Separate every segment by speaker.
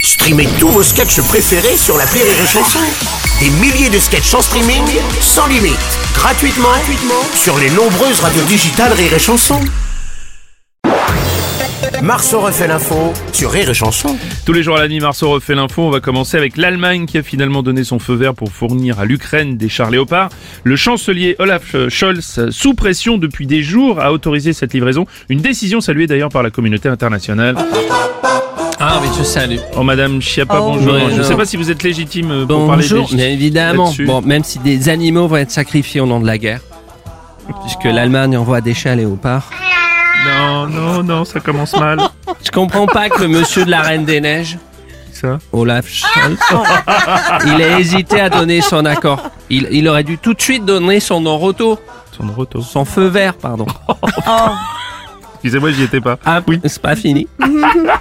Speaker 1: Streamez tous vos sketchs préférés sur la Rire et Chanson. Des milliers de sketchs en streaming, sans limite, gratuitement, gratuitement sur les nombreuses radios digitales Rire et Chanson. Marceau refait l'info sur Rire et Chanson.
Speaker 2: Tous les jours à la nuit, Marceau refait l'info. On va commencer avec l'Allemagne qui a finalement donné son feu vert pour fournir à l'Ukraine des chars léopards. Le chancelier Olaf Scholz, sous pression depuis des jours, a autorisé cette livraison. Une décision saluée d'ailleurs par la communauté internationale.
Speaker 3: Ah oui, je salue.
Speaker 2: Oh Madame Chiappa,
Speaker 3: Oh,
Speaker 2: bonjour.
Speaker 3: bonjour.
Speaker 2: Je ne sais pas si vous êtes légitime euh, pour parler
Speaker 3: Bonjour,
Speaker 2: des-
Speaker 3: mais évidemment.
Speaker 2: là-dessus.
Speaker 3: Bon, même si des animaux vont être sacrifiés au nom de la guerre, puisque
Speaker 2: Oh.
Speaker 3: l'Allemagne envoie des chats léopards.
Speaker 2: Non, non, non, ça commence mal.
Speaker 3: Je comprends pas que le monsieur de la Reine des Neiges,
Speaker 2: Ça.
Speaker 3: Olaf Scholz,
Speaker 2: Oh
Speaker 3: il a hésité à donner son accord. Il, il aurait dû tout de suite donner son non retour,
Speaker 2: Son retour.
Speaker 3: son feu vert, pardon.
Speaker 2: Excusez-moi, j'y étais pas.
Speaker 3: Ah oui, c'est pas fini.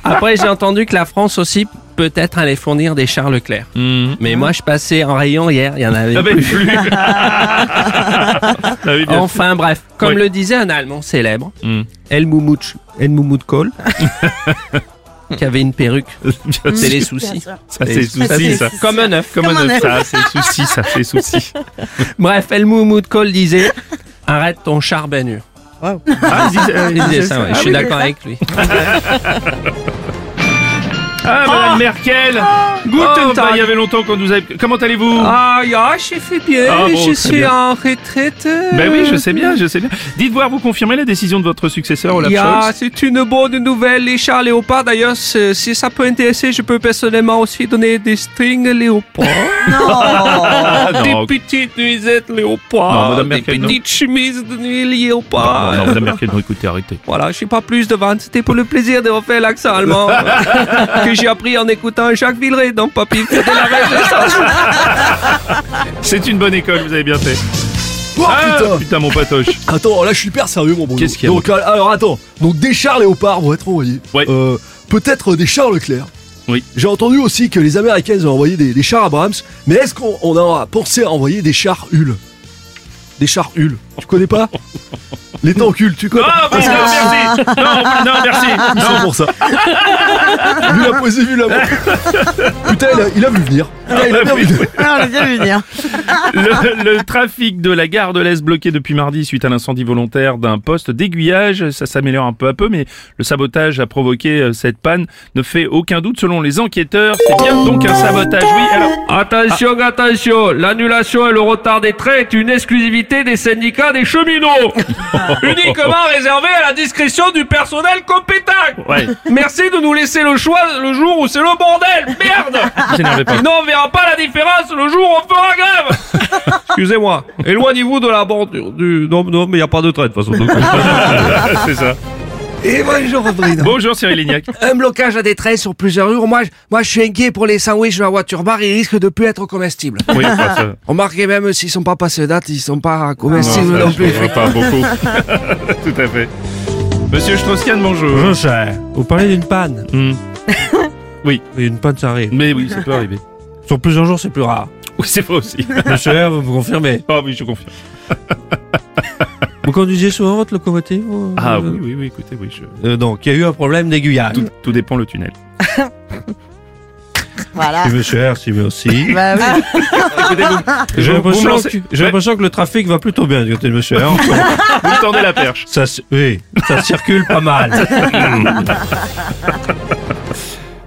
Speaker 3: Après, j'ai entendu que la France aussi peut-être allait fournir des chars Leclerc.
Speaker 2: Mmh.
Speaker 3: Mais moi, je passais en rayon hier, il y en avait
Speaker 2: Ah ben,
Speaker 3: plus.
Speaker 2: plus. ah oui, bien sûr.
Speaker 3: Enfin bref, comme
Speaker 2: Oui.
Speaker 3: le disait un Allemand célèbre,
Speaker 2: Mm.
Speaker 3: El Moumout, El Moumout Kohl, qui avait une perruque,
Speaker 2: Bien
Speaker 3: c'est
Speaker 2: sûr.
Speaker 3: les soucis.
Speaker 2: Ça, c'est
Speaker 3: Et-
Speaker 2: souci, ça.
Speaker 3: Comme un œuf.
Speaker 2: Comme un
Speaker 4: un
Speaker 2: œuf. Ça, c'est souci, ça, c'est souci.
Speaker 3: Bref, El Moumout Kohl disait Arrête ton char Ben Hur.
Speaker 2: Ah, il disait- euh, il
Speaker 3: Il disait
Speaker 2: disait
Speaker 3: ça, ouais,
Speaker 2: Ah
Speaker 3: je suis
Speaker 2: oui,
Speaker 3: d'accord avec lui.
Speaker 2: Ah, Madame Merkel Guten
Speaker 3: Tag.
Speaker 2: Il y avait longtemps qu'on nous avait... Comment allez-vous
Speaker 3: Ah, ya, j'ai fait bien,
Speaker 2: Ah bon,
Speaker 3: je
Speaker 2: très
Speaker 3: suis
Speaker 2: bien.
Speaker 3: en retraite.
Speaker 2: Ben oui, je sais bien, je sais bien. Dites voir, vous confirmez la décision de votre successeur, Olaf
Speaker 3: Ya,
Speaker 2: Scholz
Speaker 3: c'est une bonne nouvelle, les chars léopards. D'ailleurs, c'est- si ça peut intéresser, je peux personnellement aussi donner des strings léopards.
Speaker 2: Ah non,
Speaker 3: des petites nuisettes léopards.
Speaker 2: Non, Madame
Speaker 3: des
Speaker 2: Merkel, non.
Speaker 3: petites chemises de nuit léopards.
Speaker 2: Ah, non, non, Madame Merkel, non, écoutez, arrêtez.
Speaker 3: Voilà, je sais pas plus de vente. C'était pour le plaisir de refaire l'accent allemand euh, que j'ai appris en écoutant Jacques Villeray dans Papy Fou de la Renaissance.
Speaker 2: C'est une bonne école, vous avez bien fait. ah, putain. mon patoche.
Speaker 5: Oh, Attends, là je suis hyper sérieux, mon Bruno.
Speaker 2: Qu'est-ce qu'il y a,
Speaker 5: Donc, euh, alors attends, donc des chars léopards vont être envoyés.
Speaker 2: Ouais.
Speaker 5: Euh, Peut-être des chars Leclerc.
Speaker 2: Oui.
Speaker 5: J'ai entendu aussi que les Américaines ont envoyé des, des chars Abrams, mais est-ce qu'on on a pensé à envoyer des chars Hull Des chars Hull. Tu connais pas Les tanks Hull, tu connais
Speaker 2: Ah, bon, non, merci. Non, non, merci.
Speaker 5: Ils sont pour ça. Vu la posée, vu la Putain, il a, il a vu venir. Putain, il a bien vu venir.
Speaker 4: Ah, on l'a bien vu venir.
Speaker 2: Le, le trafic de la gare de l'Est bloqué depuis mardi suite à l'incendie volontaire d'un poste d'aiguillage, ça s'améliore un peu à peu, mais le sabotage a provoqué euh, cette panne ne fait aucun doute selon les enquêteurs. C'est bien donc un sabotage, oui. Alors,
Speaker 3: Attention, attention, l'annulation et le retard des trains est une exclusivité des syndicats des cheminots. Uniquement réservée à la discrétion du personnel compétent.
Speaker 2: ah, ouais,
Speaker 3: Merci de nous laisser le choix le jour où c'est le bordel. Merde
Speaker 2: vous énervez pas.
Speaker 3: Sinon, on verra pas la différence le jour où on fera grève. Excusez-moi, éloignez-vous de la bordure du. Non, non, mais il n'y a pas de trait de toute façon.
Speaker 2: Ah, C'est ça.
Speaker 6: Et bonjour Bruno.
Speaker 2: Bonjour Cyril Lignac.
Speaker 6: Un blocage à des trains sur plusieurs jours. Moi, je- moi, je suis inquiet pour les sandwichs de la voiture bar. Ils risquent de plus être comestibles.
Speaker 2: Oui, enfin, ça-
Speaker 6: Remarquez même s'ils sont pas passés date, ils sont pas
Speaker 2: Non,
Speaker 6: comestibles
Speaker 2: ça,
Speaker 6: non,
Speaker 2: je
Speaker 6: plus.
Speaker 2: comprends pas beaucoup. Tout à fait. Monsieur Strauss-Kahn, bonjour.
Speaker 7: Bonjour, cher. Vous parlez d'une panne.
Speaker 2: Hmm. Oui.
Speaker 7: Mais une panne, ça arrive.
Speaker 2: Mais oui, ça peut arriver.
Speaker 7: Sur plusieurs jours, c'est plus rare.
Speaker 2: Oui, c'est vrai aussi.
Speaker 7: Le cher, vous me confirmez.
Speaker 2: Ah oui, je confirme.
Speaker 7: Vous conduisez souvent votre locomotive euh,
Speaker 2: Ah
Speaker 7: euh,
Speaker 2: oui, oui, oui, écoutez, oui, je...
Speaker 7: euh, donc, il y a eu un problème d'aiguillage.
Speaker 2: tout, tout dépend le tunnel.
Speaker 4: Voilà.
Speaker 7: Si monsieur R, si mais aussi.
Speaker 4: Bah oui.
Speaker 2: Écoutez, vous,
Speaker 7: J'ai
Speaker 2: vous- vous me
Speaker 7: l'impression
Speaker 2: lancez-
Speaker 7: que, j'ai
Speaker 2: Ouais.
Speaker 7: l'impression que le trafic va plutôt bien du côté de monsieur R.
Speaker 2: vous me tendez la perche.
Speaker 7: Ça, c- oui, ça circule pas mal.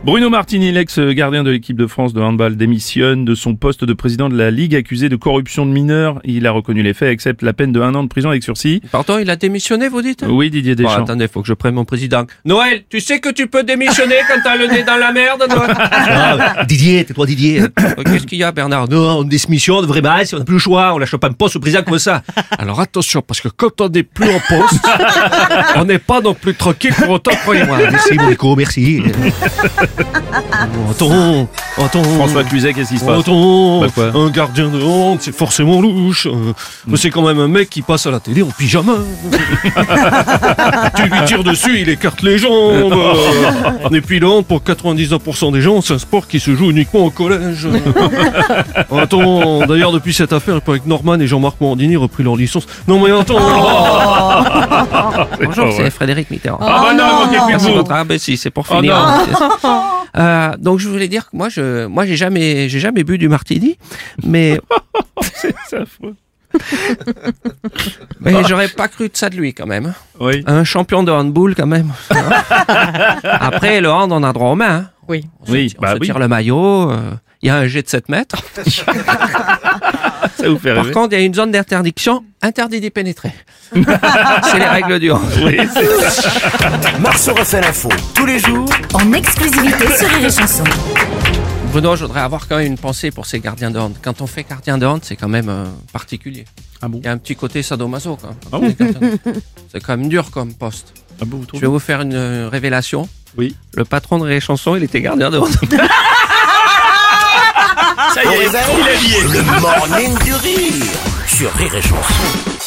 Speaker 2: Bruno Martini, l'ex-gardien de l'équipe de France de handball, démissionne de son poste de président de la Ligue accusé de corruption de mineurs. Il a reconnu les faits, accepte la peine de un an de prison avec sursis.
Speaker 3: Pardon, il a démissionné, vous dites
Speaker 2: Oui, Didier
Speaker 3: Bon,
Speaker 2: Deschamps.
Speaker 3: attendez, faut que je prenne mon président. Noël, tu sais que tu peux démissionner quand t'as le nez dans la merde, Noël
Speaker 5: Ah, Didier, tais-toi, Didier.
Speaker 3: Euh, Qu'est-ce qu'il y a, Bernard
Speaker 5: Non, on démissionne vraiment si on n'a plus le choix. On lâche pas un poste au président comme ça.
Speaker 6: Alors attention, parce que quand on n'est plus en poste,
Speaker 3: On n'est pas non plus tranquille pour autant, croyez-moi.
Speaker 5: Merci, mon écho, merci.
Speaker 7: Anton, Anton.
Speaker 2: François Cluzet, qu'est-ce qui se passe
Speaker 7: Anton,
Speaker 2: Bah quoi Hmm.
Speaker 7: un gardien de honte, c'est forcément louche. Euh, Mais c'est quand même un mec qui passe à la télé en pyjama. tu lui tires dessus, il écarte les jambes. Euh, Et puis le hand, pour 99% des gens, c'est un sport qui se joue uniquement au collège. Euh, Anton, d'ailleurs, depuis cette affaire, il paraît que Norman et Jean-Marc Morandini ont repris leur licence. Non mais Anton
Speaker 2: Bonjour,
Speaker 3: C'est Frédéric Mitterrand.
Speaker 2: Ah bah Oh. non, manquez plus de
Speaker 3: Merci
Speaker 2: vous.
Speaker 3: votre- Ah, ben si, c'est pour
Speaker 2: Oh
Speaker 3: finir.
Speaker 2: non.
Speaker 3: Euh, donc je voulais dire que moi, je, moi, j'ai jamais, j'ai jamais bu du martini, mais,
Speaker 2: C'est affreux.
Speaker 3: mais j'aurais pas cru de ça de lui quand même.
Speaker 2: Oui.
Speaker 3: Un champion de handball quand même. Après, le hand, on a droit aux mains. hein.
Speaker 8: Oui.
Speaker 3: On se,
Speaker 2: Oui,
Speaker 3: tire, on
Speaker 2: bah
Speaker 3: se
Speaker 2: oui. Ah
Speaker 3: tire le maillot. euh, Il y a un jet de 7 mètres.
Speaker 2: Ça vous fait
Speaker 3: Par
Speaker 2: rêver.
Speaker 3: contre, il y a une zone d'interdiction, interdit d'y pénétrer. C'est les règles du hand.
Speaker 2: Oui, c'est-
Speaker 1: Marceau refait l'info tous les jours
Speaker 8: En exclusivité sur Rire et Chanson.
Speaker 3: Bruno, je voudrais avoir quand même une pensée pour ces gardiens de hand. Quand on fait gardien de hand, c'est quand même euh, particulier.
Speaker 2: Ah bon
Speaker 3: Il y a un petit côté sadomaso quand même.
Speaker 2: Ah bon
Speaker 3: C'est quand même dur comme poste.
Speaker 2: Ah bon, vous
Speaker 3: Je
Speaker 2: trouvez
Speaker 3: vais vous faire une euh, révélation.
Speaker 2: Oui.
Speaker 3: Le patron de Ré Chanson, il était gardien de hand.
Speaker 1: pour les amis, le morning du rire sur Rire et Chanson.